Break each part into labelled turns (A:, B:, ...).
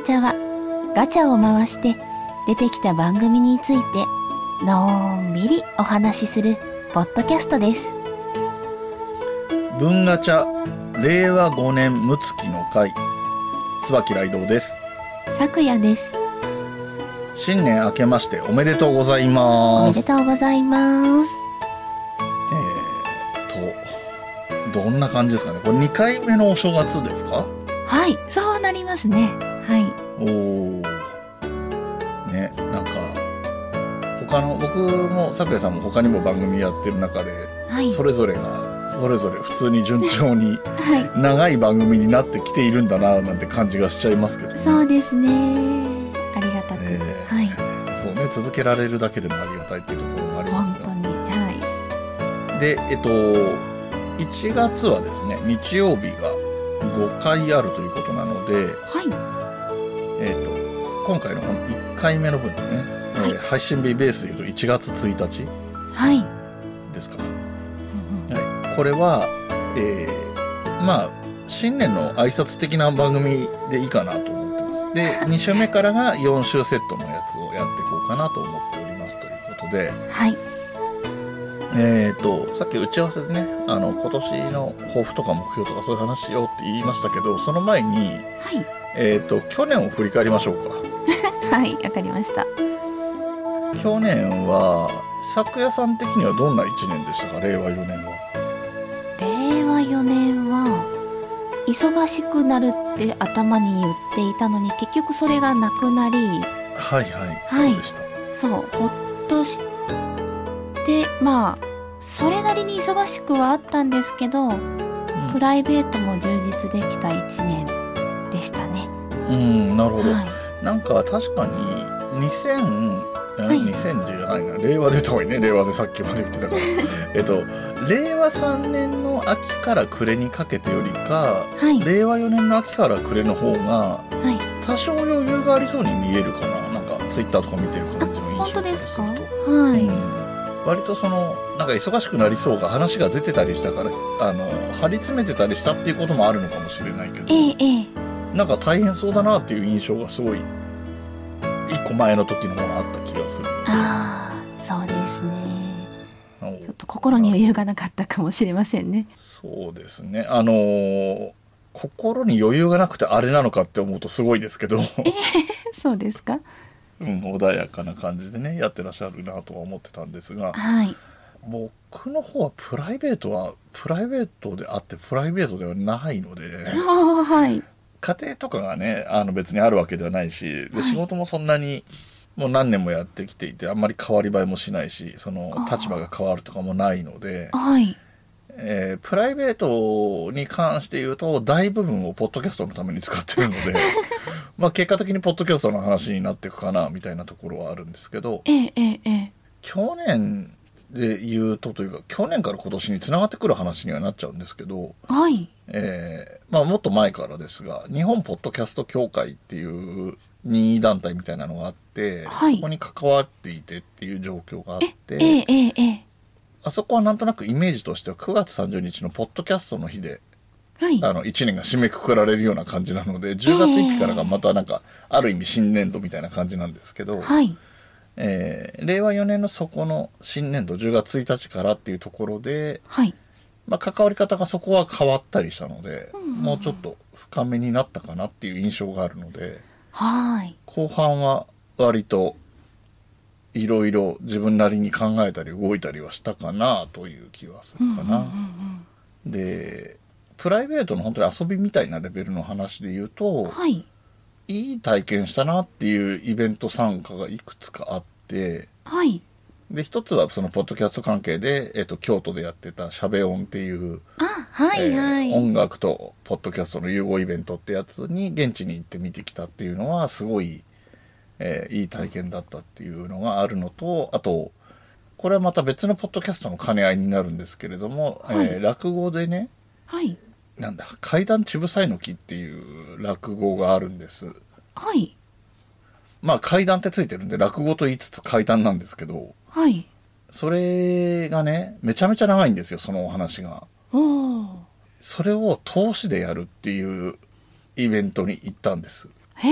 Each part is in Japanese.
A: 茶はガチャを回して出てきた番組についてのんびりお話しするポッドキャストです
B: 文ガチャ令和5年六月の会椿雷堂です
A: 昨夜です
B: 新年明けましておめでとうござい
A: お
B: ま
A: め
B: す
A: でとうございます
B: えーっとどんな感じですかねこれ2回目のお正月ですか
A: はいそうなりますねはい
B: おーねなんか他の僕もさくやさんも他にも番組やってる中で
A: はい
B: それぞれがそれぞれ普通に順調に
A: は
B: 長い番組になってきているんだななんて感じがしちゃいますけど
A: い
B: ね
A: そうですねありがたく、
B: えー
A: はい
B: そうね続けられるだけでもありがたいっていうところもありま
A: 本
B: す
A: 当
B: が
A: には
B: でえっと1月はですね日曜日が5回あるということなので、
A: いは
B: えっと今回のこの1回目の分ですね、
A: はい
B: えー配信日ベースでいうと1月1日
A: いはい、
B: ですか、
A: うん
B: はい、これは、えーまあ新年の挨拶的な番組でいいかなと思ってますで2週目からが4週セットのやつをやっていこうかなと思っておりますということで、
A: うんはい
B: えー、とさっき打ち合わせでねあの今年の抱負とか目標とかそういう話しようって言いましたけどその前に、
A: はい
B: えー、と去年を振り返りましょうか
A: はいわかりました
B: 去年は作屋さん的にはどんな1年でしたか令和4年は
A: 令和4年は忙しくなるって頭に言っていたのに結局それがなくなり
B: はいはい、
A: はい
B: そうでした
A: そうほっとしてまあそれなりに忙しくはあったんですけどプライベートも充実できた1年でしたね。
B: うん、うんなるほど、
A: はい、
B: なんか確かに2000え
A: はい
B: 2010じゃないな令和で言った方がいいね令和でさっきまで言ってたからえっと令和3年の秋から暮れにかけてよりか
A: はい
B: 令和4年の秋から暮れの方が
A: はい、
B: 多少余裕がありそうに見えるかななんかツイッターとか見てる感じの印象
A: 本当ですか
B: から
A: は
B: ると
A: い、
B: うん、割とそのなんか忙しくなりそうが話が出てたりしたからあの張り詰めてたりしたっていうこともあるのかもしれないけど、
A: ええええ
B: なんか大変そうだなっていう印象がすごい一個前の時の方があった気がする
A: ああそうですね
B: あの
A: ちょっと心に余裕がなかったかもしれませんね。
B: そうですねあのー心に余裕がなくてあれなのかって思うとすごいですけど、
A: そうですか
B: うん、穏やかな感じでねやってらっしゃるなとは思ってたんですが
A: はい
B: 僕の方はプライベートはプライベートであってプライベートではないので
A: あーはい
B: 家庭とかがねあの別にあるわけではないし
A: は
B: で
A: い
B: 仕事もそんなにもう何年もやってきていてあんまり変わり映えもしないしその
A: あー
B: 立場が変わるとかもないので、
A: はい
B: えープライベートに関して言うと大部分をポッドキャストのために使ってるの でまあ結果的にポッドキャストの話になっていくかなみたいなところはあるんですけど
A: ええええええ
B: 去年で言うとというか去年から今年につながってくる話にはなっちゃうんですけど。
A: はい
B: えーまあ、もっと前からですが日本ポッドキャスト協会っていう任意団体みたいなのがあって、
A: はい
B: そこに関わっていてっていう状況があっ
A: え
B: て、
A: えええええ
B: あそこはなんとなくイメージとしては9月30日のポッドキャストの日で
A: はい
B: あの1年が締めくくられるような感じなので10月1日からがまたなんかある意味新年度みたいな感じなんですけど、
A: はい
B: えー令和4年のそこの新年度10月1日からっていうところで、
A: はい
B: まあ、関わり方がそこは変わったりしたので、
A: うん
B: もうちょっと深めになったかなっていう印象があるので
A: はい
B: 後半は割といろいろ自分なりに考えたり動いたりはしたかなという気はするかな。
A: うんうんうん
B: でプライベートの本当に遊びみたいなレベルの話で言う
A: うん
B: と
A: はい
B: いい体験したなっていうイベント参加がいくつかあって。
A: はい
B: で一つはそのポッドキャスト関係で、えっと、京都でやってた「しゃべ音」っていう
A: あはいはい、
B: えー音楽とポッドキャストの融合イベントってやつに現地に行って見てきたっていうのはすごい、えーいい体験だったっていうのがあるのとあとこれはまた別のポッドキャストの兼ね合いになるんですけれども、
A: はい
B: えー落語でね
A: はい
B: なんだ「怪談ちぶさいの木」っていう落語があるんです。
A: はい
B: まあ怪談ってついてるんで落語と言いつつ怪談なんですけど
A: はい
B: それがねめちゃめちゃ長いんですよそのお話が。
A: おー
B: それを投資でやるっていうイベントに行ったんです。
A: へ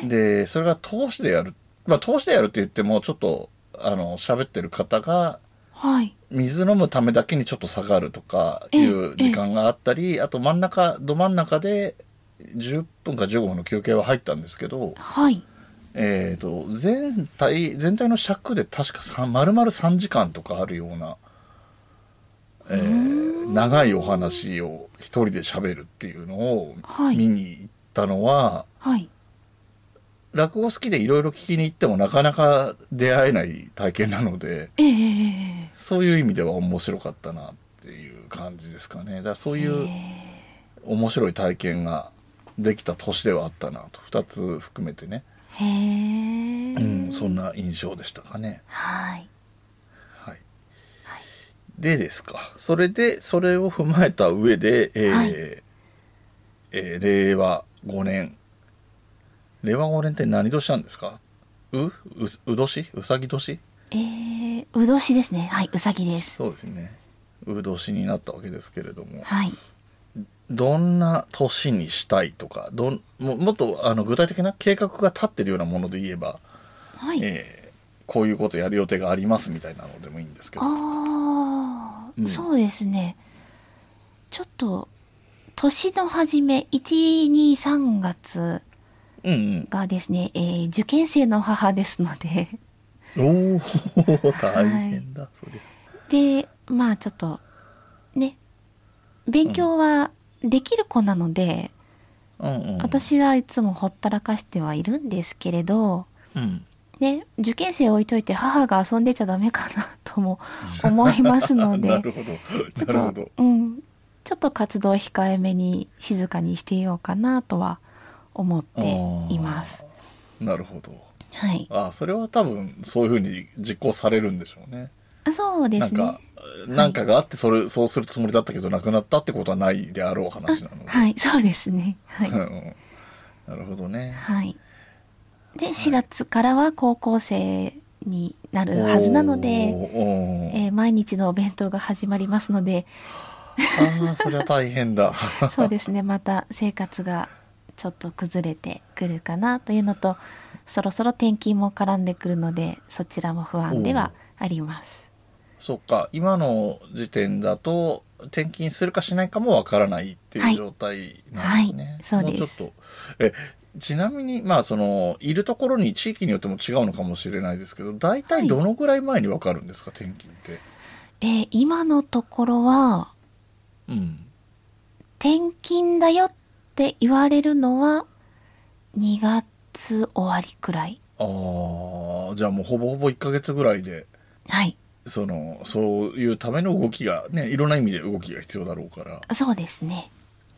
A: はい
B: でそれが通してやるまあ通してやるって言ってもちょっとあの喋ってる方が
A: はい
B: 水飲むためだけにちょっと下がるとかい
A: ええ
B: う時間があったりあと真ん中ど真ん中で10分か15分の休憩は入ったんですけど、
A: はい
B: えー、と全体全体の尺で確かさ丸々3時間とかあるような、えー長いお話を一人で喋るっていうのを
A: はい
B: 見に行ったのは、
A: はい
B: 落語好きでいろいろ聞きに行ってもなかなか出会えない体験なので
A: ええええ
B: そういう意味では面白かったなっていう感じですかねだからそう
A: ええ
B: いう
A: え
B: 面白い体験ができた年ではあったなと2つ含めてね、
A: えへえ
B: うん、そんな印象でしたかね。
A: はい
B: はい、でですかそれでそれを踏まえた上で、えー
A: はい
B: えー令和5年令和5年って何年なんですかううう年うさぎ年
A: ええうどしですねはいうさぎです
B: そうですねう年になったわけですけれども
A: はい
B: どんな年にしたいとかどんももっとあの具体的な計画が立ってるようなもので言えば、
A: はい、
B: えーこういうことやる予定がありますみたいなのでもいいんですけど
A: ああ、
B: うん
A: そうですねちょっと年の初め123月
B: うん
A: がですね、えー受験生の母ですので
B: うんおお大変だ、それ
A: でまあちょっとね勉強はできる子なので、
B: うんうん、、
A: 私はいつもほったらかしてはいるんですけれど
B: うん、
A: ね受験生置いといて母が遊んでちゃダメかなとも思いますので
B: なるほどなるほど
A: うん、ちょっと活動控えめに静かにしていようかなとは思っています。
B: なるほど
A: はい、
B: あそれは多分そういうふうに実行されるんでしょうね
A: あそうで
B: なん
A: すね。
B: かなんかがあってそれ、そうするつもりだったけどなくなったってことはないであろう話なので、
A: はい、そうですね。は
B: う
A: い、
B: んなるほどね
A: はい。で、4月からは高校生になるはずなので、
B: おーおー
A: えー毎日のお弁当が始まりますの で、
B: ああそれは大変だ
A: そうですね。また生活がちょっと崩れてくるかなというのと、そろそろ転勤も絡んでくるので、そちらも不安ではあります。
B: そっか今の時点だと転勤するかしないかもわからないっていう状態なんですね。
A: はいはいそうです
B: もうちょっとえちなみにまあそのいるところに地域によっても違うのかもしれないですけど大
A: は
B: 体
A: い
B: どのぐらい前にわかるんですか、転勤って。
A: えー今のところは
B: うん、
A: 転勤だよって言われるのは2月終わりくらい
B: あーじゃあもうほぼほぼ1ヶ月ぐらいで
A: はい
B: そのそういうための動きがねいろんな意味で動きが必要だろうから。
A: そうですね、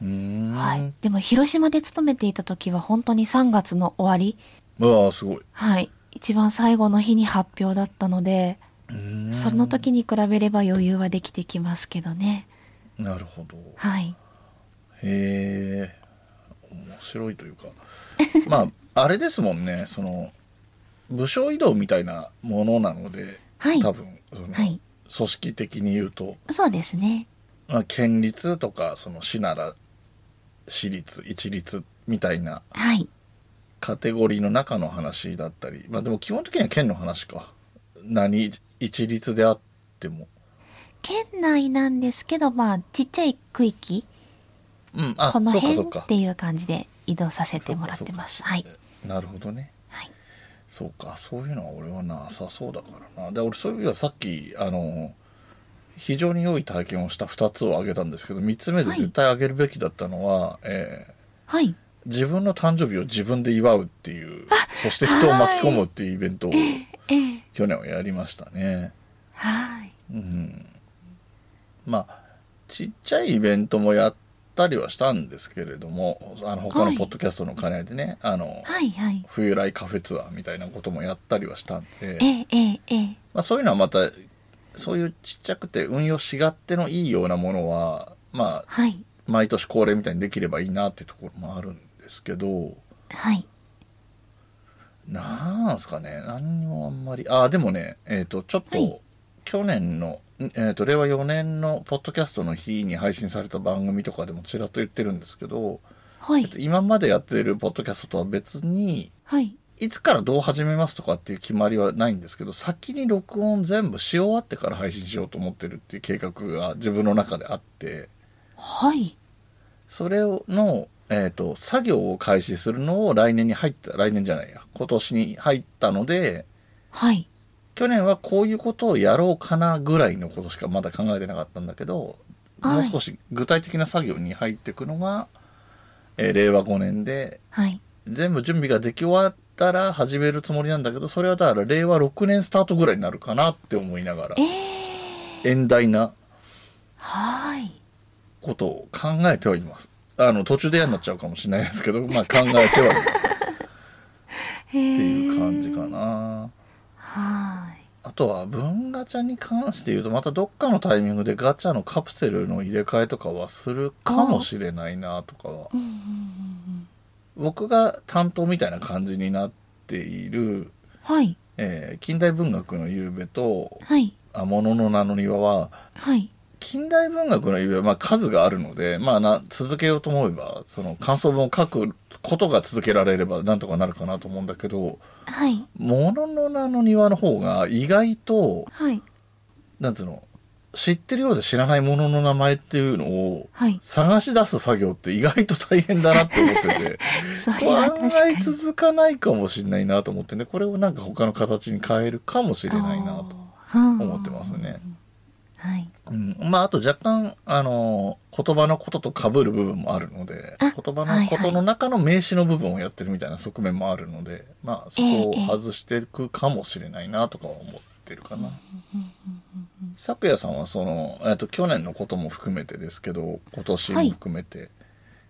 B: うーん、
A: はい、でも広島で勤めていた時は本当に3月の終わり
B: うわあすごい。
A: はい一番最後の日に発表だったので
B: うーん
A: その時に比べれば余裕はできてきますけどね
B: なるほど。
A: はい
B: へえ面白いというか まああれですもんねその武将移動みたいなものなので、
A: はい
B: 多分その、
A: はい
B: 組織的に言うと、
A: そうですね
B: まあ、県立とかその市なら市立一律みたいな
A: はい
B: カテゴリーの中の話だったりまあでも基本的には県の話か何一律であっても
A: 県内なんですけどまあちっちゃい区域
B: うんあ
A: この
B: そうかそ
A: 辺
B: うか
A: っていう感じで移動させてもらってます。
B: そうか
A: はい。
B: なるほどね
A: はい。
B: そうかそういうのは俺はなさそうだからなで俺そういう意味ではさっきあの非常に良い体験をした2つを挙げたんですけど3つ目で絶対挙げるべきだったのは、えー
A: はい。
B: 自分の誕生日を自分で祝うっていうそして人を巻き込むっていうイベントを
A: ええ。
B: 去年はやりましたね。
A: はい。
B: うん、まあちっちゃいイベントもやったりはしたんですけれどもあの他
A: は
B: の
A: い
B: ポッドキャストの兼ね合いでね、あの
A: はいはい。
B: 冬来カフェツアーみたいなこともやったりはしたんで。
A: ええええええ。
B: まあ、そういうのはまたそういうちっちゃくて運用しがってのいいようなものはまあ
A: はい。
B: 毎年恒例みたいにできればいいなってところもあるんですけど
A: はい。
B: なんすかね何にもあんまりああでもねえっ、とちょっと、
A: はい
B: 去年の、んえー、と令和4年のポッドキャストの日に配信された番組とかでもちらっと言ってるんですけど、
A: は
B: えっ
A: い
B: と。今までやってるポッドキャストとは別に
A: はい
B: いつからどう始めますとかっていう決まりはないんですけど先に録音全部し終わってから配信しようと思ってるっていう計画が自分の中であって
A: はい
B: それの、えー、と作業を開始するのを来年に入った来年じゃないや今年に入ったので
A: はい
B: 去年はこういうことをやろうかなぐらいのことしかまだ考えてなかったんだけど
A: はい
B: もう少し具体的な作業に入っていくのが、えー令和5年で
A: はい
B: 全部準備ができ終わったら始めるつもりなんだけどそれはだから令和6年スタートぐらいになるかなって思いながら
A: えー、
B: 遠大な
A: はい
B: ことを考えてはいますあの途中で嫌になっちゃうかもしれないですけどまあ考えてはいます
A: って
B: っていう感じかな
A: は
B: あとは文ガチャに関して言うとまたどっかのタイミングでガチャのカプセルの入れ替えとかはするかもしれないなとかは
A: ーいうんうんうんうん
B: 僕が担当みたいな感じになっている、
A: はい
B: えー近代文学の夕べと
A: はい
B: あものの名の庭は
A: はい
B: 近代文学の指は、まあ、数があるので、まあ、な続けようと思えばその感想文を書くことが続けられればなんとかなるかなと思うんだけど
A: はい
B: 「ものの名の庭」の方が意外と
A: はい
B: なんつうの知ってるようで知らないものの名前っていうのを
A: はい
B: 探し出す作業って意外と大変だなって思って て
A: それ
B: これ
A: は
B: 案
A: 確か
B: 外
A: に
B: 続かないかもしれないなと思ってねこれをなんか他の形に変えるかもしれないなと。
A: 思
B: ってますね
A: はい
B: うん、まああと若干あの言葉のことと被る部分もあるので
A: あ
B: 言葉
A: はいは
B: の
A: い
B: ことの中の名詞の部分をやってるみたいな側面もあるので、まあそこを
A: ええ
B: 外していくかもしれないなとかは思ってるかな。昨夜さんはその、えっと去年のことも含めてですけど今年も含めて、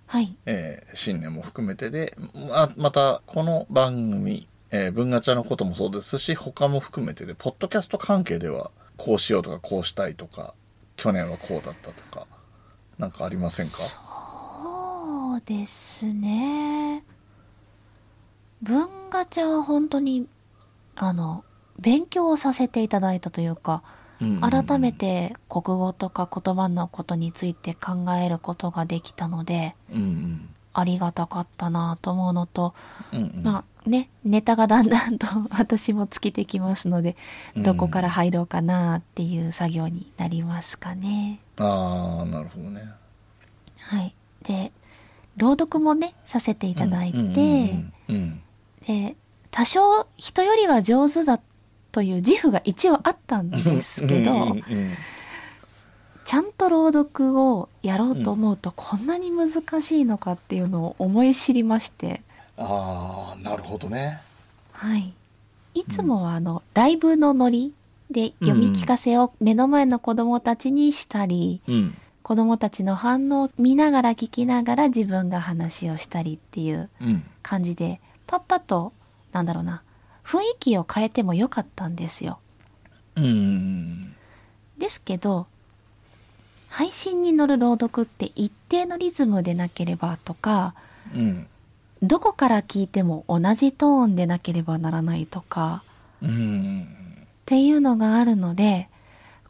A: はい
B: えー新年も含めてでままたこの番組「えー文ガチャ」のこともそうですし他も含めてでポッドキャスト関係ではこうしようとかこうしたいとか去年はこうだったとかなんかありませんか
A: そうですね文ガチャは本当にあの勉強をさせていただいたというか
B: うんうんうん
A: 改めて国語とか言葉のことについて考えることができたので
B: うんうん
A: ありがたかったなと思うのと、
B: うんうん
A: まあねネタがだんだんと 私も尽きてきますのでどこから入ろうかなっていう作業になりますかね。
B: ああなるほどね。
A: はい、で朗読もねさせていただいて、
B: うんうんうんうん
A: で多少人よりは上手だという自負が一応あったんですけど、
B: うんうんうん
A: ちゃんと朗読をやろうと思うとこんなに難しいのかっていうのを思い知りまして、
B: ああなるほどね。
A: はい、いつもはあの、ライブのノリで読み聞かせを目の前の子どもたちにしたり、
B: うん
A: 子どもたちの反応を見ながら聞きながら自分が話をしたりっていう
B: うん
A: 感じでパッパッとなんだろうな雰囲気を変えてもよかったんですよ
B: うんうん
A: ですけど配信に乗る朗読って一定のリズムでなければとか
B: うん
A: どこから聞いても同じトーンでなければならないとか
B: うんうん
A: っていうのがあるので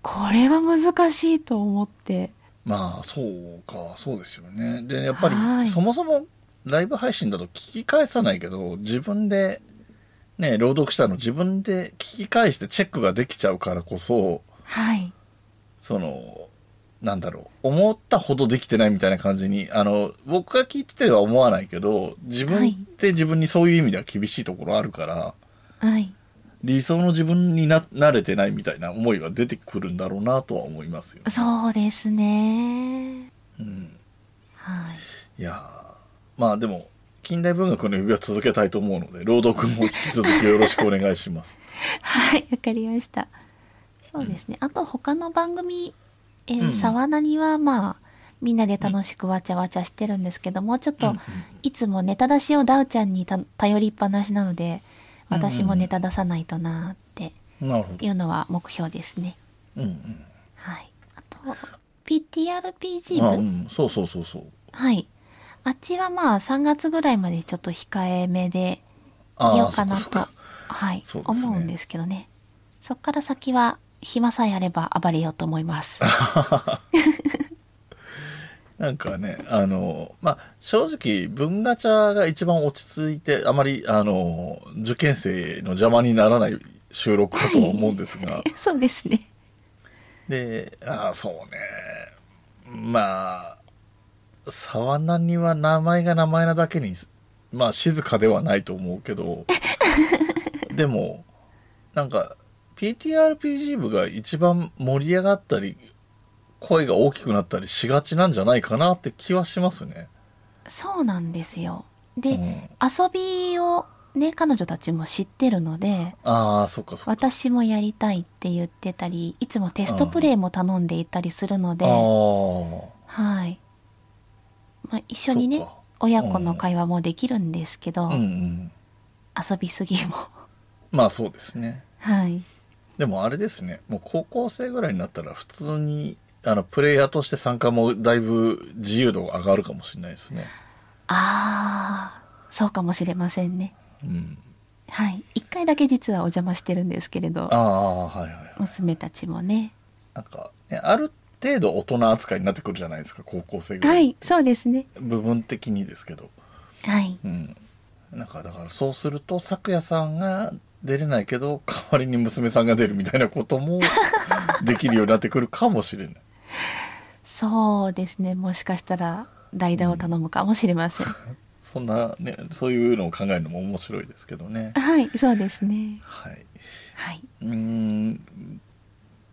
A: これは難しいと思って
B: まあそうかそうですよねでやっぱ
A: はい
B: りそもそもライブ配信だと聞き返さないけど自分でね朗読したの自分で聞き返してチェックができちゃうからこそ
A: はい
B: そのなんだろう思ったほどできてないみたいな感じにあの僕が聞いてては思わないけど自
A: はい
B: 分って自分にそういう意味では厳しいところあるから、
A: はい
B: 理想の自分にな慣れてないみたいな思いは出てくるんだろうなとは思いますよ、ね。
A: そうですね
B: うん
A: はい
B: いやーまあでも近代文学の指は続けたいと思うので朗読も引き続きよろしくお願いします。
A: はい、わかりました。そうですね。あと他の番組、えー
B: うん
A: 沢なにはまあ、みんなで楽しくわちゃわちゃしてるんですけども、ちょっ と、いつもネタ出しをダウちゃんにた頼りっぱなしなので、私もネタ出さないとなーって
B: なるほど
A: い。うのは目標ですね。
B: うんうん。
A: はい。あと、PTRPG 部、
B: あうんそうそうそうそう。
A: はい。あっちはまあ3月ぐらいまでちょっと控えめでい
B: あ
A: よう
B: あ
A: か
B: そっ
A: な
B: か
A: と
B: そっか。
A: はい、
B: そうですね
A: 思うんですけどねそっから先 は暇さえあれば暴れようと思いますは
B: なんかね、あの、まあ、正直、文ガチャが一番落ち着いて、あまり、あの、受験生の邪魔にならない収録かとは思うんですが、
A: そうですね。
B: で、ああ、そうね。まあ、沢なには名前が名前なだけに、まあ、静かではないと思うけど、でも、なんか、PTRPG 部が一番盛り上がったり、声が大きくなったりしがちなんじゃないかなって気はしますね。
A: そうなんですよ。で、
B: うん、
A: 遊びをね、彼女たちも知ってるので、
B: ああ、そっかそっか。
A: 私もやりたいって言ってたり、いつもテストプレイも頼んでいたりするので、
B: あー
A: はい。まあ、一緒にね
B: そっか、
A: 親子の会話もできるんですけど、
B: うんうん。
A: 遊びすぎも。
B: まあそうですね。
A: はい。
B: でもあれですね、もう高校生ぐらいになったら普通に、あの、プレイヤーとして参加もだいぶ自由度が上がるかもしれないですね。
A: ああ、そうかもしれませんね。
B: うん。
A: はい。一回だけ実はお邪魔してるんですけれど
B: あ、あ、はいはいはい。
A: 娘たちもね。
B: なんか、ね、ある程度大人扱いになってくるじゃないですか、高校生ぐら。
A: はいい、そうですね。
B: 部分的にですけど。
A: はい。
B: うん。なんか、だからそうすると、咲夜さんが出れないけど、代わりに娘さんが出るみたいなこと もできるようになってくるかもしれない。
A: そうですね。もしかしたら代打を頼むかもしれません。。
B: そんなね、そういうのを考えるのも面白いですけどね
A: はい、そうですね。
B: はい。
A: はい。
B: うーん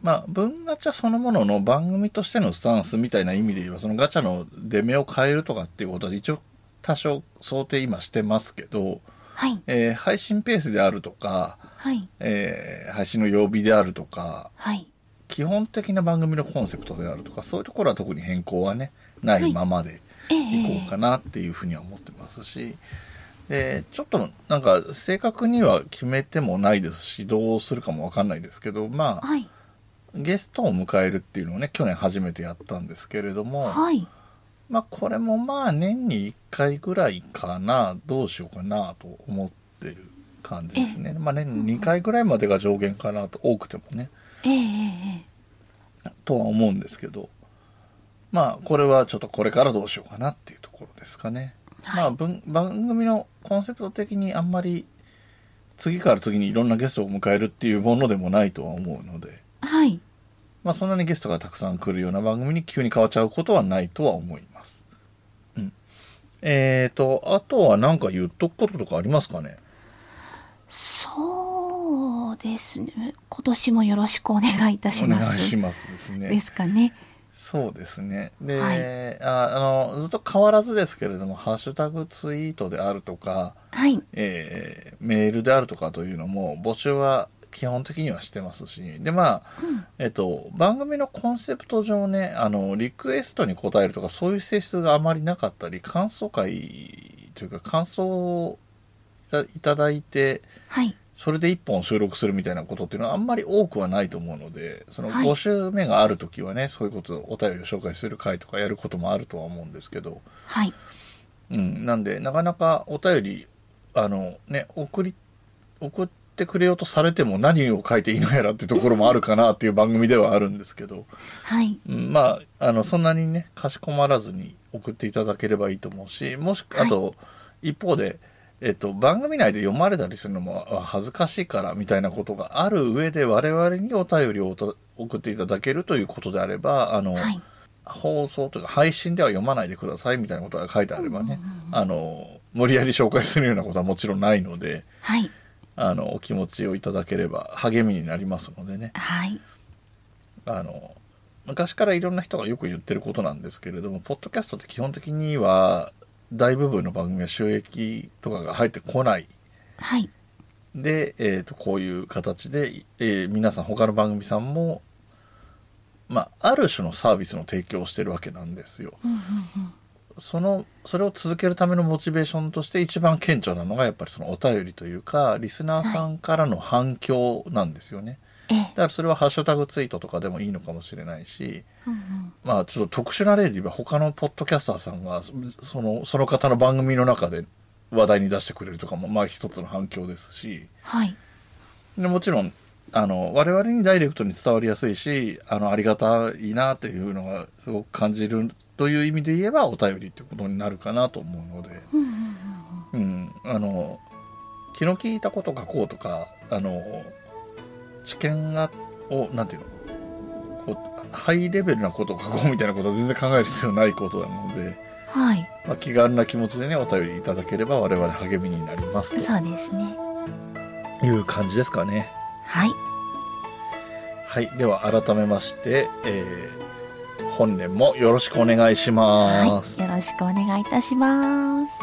B: まあ文ガチャそのものの番組としてのスタンスみたいな意味で言えばそのガチャの出目を変えるとかっていうことは一応多少想定今してますけど、
A: はい。
B: えー配信ペースであるとか、
A: はい。
B: えー配信の曜日であるとか
A: はい。
B: 基本的な番組のコンセプトであるとかそういうところは特に変更はねな
A: はいい
B: ままで
A: ええ
B: いこうかなっていうふうには思ってますし。でちょっとなんか正確には決めてもないですしどうするかもわかんないですけどまあ、
A: はい。
B: ゲストを迎えるっていうのをね去年初めてやったんですけれども、
A: はい。
B: まあこれもまあ年に1回ぐらいかなどうしようかなと思ってる感じですねまあ年に2回ぐらいまでが上限かなと多くてもね
A: ええええ
B: とは思うんですけどまあこれはちょっとこれからどうしようかなっていうところですかね、
A: はい
B: まあ文番組のコンセプト的にあんまり次から次にいろんなゲストを迎えるっていうものでもないとは思うので
A: はい。
B: まあ、そんなにゲストがたくさん来るような番組に急に変わっちゃうことはないとは思います。うん。えーと、あとは何か言っとくこととかありますかね
A: そうですね。今年もよろしくお願いいたし
B: お
A: ま
B: 願
A: す。
B: いしますです
A: で
B: ね。
A: すかね。
B: そうですね。で、
A: は
B: ああの、ずっと変わらずですけれども、ハッシュタグツイートであるとか、
A: はい。
B: えーメールであるとかというのも募集は基本的にはしてますしでまあ、えっと、番組のコンセプト上ねあのリクエストに答えるとかそういう性質があまりなかったり感想会というか感想をいたいただいて
A: はい。
B: それで1本収録するみたいなことっていうのはあんまり多くはないと思うのでその
A: はい
B: 5週目がある時はね、そういうことをお便りを紹介する回とかやることもあるとは思うんですけど。
A: はい。
B: うん、なんでなかなかお便りあのね送り送ってくれようとされても何を書いていいのやらってところもあるかなっていう番組ではあるんですけど、
A: はい。
B: うん、まああのそんなにねかしこまらずに送っていただければいいと思うしもしく
A: は
B: あ
A: い
B: と、一方で、えっと、番組内で読まれたりするのもあ恥ずかしいからみたいなことがある上で我々にお便りをおと送っていただけるということであればあの、
A: はい。
B: 放送というか配信では読まないでくださいみたいなことが書いてあればね、あの無理やり紹介するようなことはもちろんないので
A: はい。
B: あのお気持ちをいただければ励みになりますのでね
A: はい。
B: あの昔からいろんな人がよく言ってることなんですけれどもポッドキャストって基本的には大部分の番組は収益とかが入ってこない
A: はい。
B: で、えー、とこういう形で、えー皆さん他の番組さんも、まあ、ある種のサービスの提供をしてるわけなんですよ。
A: うんうんうん。
B: そのそれを続けるためのモチベーションとして一番顕著なのがやっぱりそのお便りというかリスナーさんからの反響なんですよね、
A: ええ
B: だ。からそれはハッシュタグツイートとかでもいいのかもしれないし
A: うんうん
B: まあちょっと特殊な例で言えば他のポッドキャスターさんがそそのその方の番組の中で話題に出してくれるとかもまあ一つの反響ですし
A: はい。
B: でもちろんあの我々にダイレクトに伝わりやすいしあのありがたいなというのがすごく感じるという意味で言えばお便りってことになるかなと思うので、
A: うんうんうん
B: うん、あの気の利いたこと書こうとかあの知見がをなんていうのこうハイレベルなことを書こうみたいなことは全然考える必要ないことなので、
A: はい
B: まあ、気軽な気持ちでねお便りいただければ我々励みになります
A: そうですね
B: という感じですかね。
A: はい
B: はい、では改めまして、えー本年もよろしくお願いします。
A: はいよろしくお願いいたします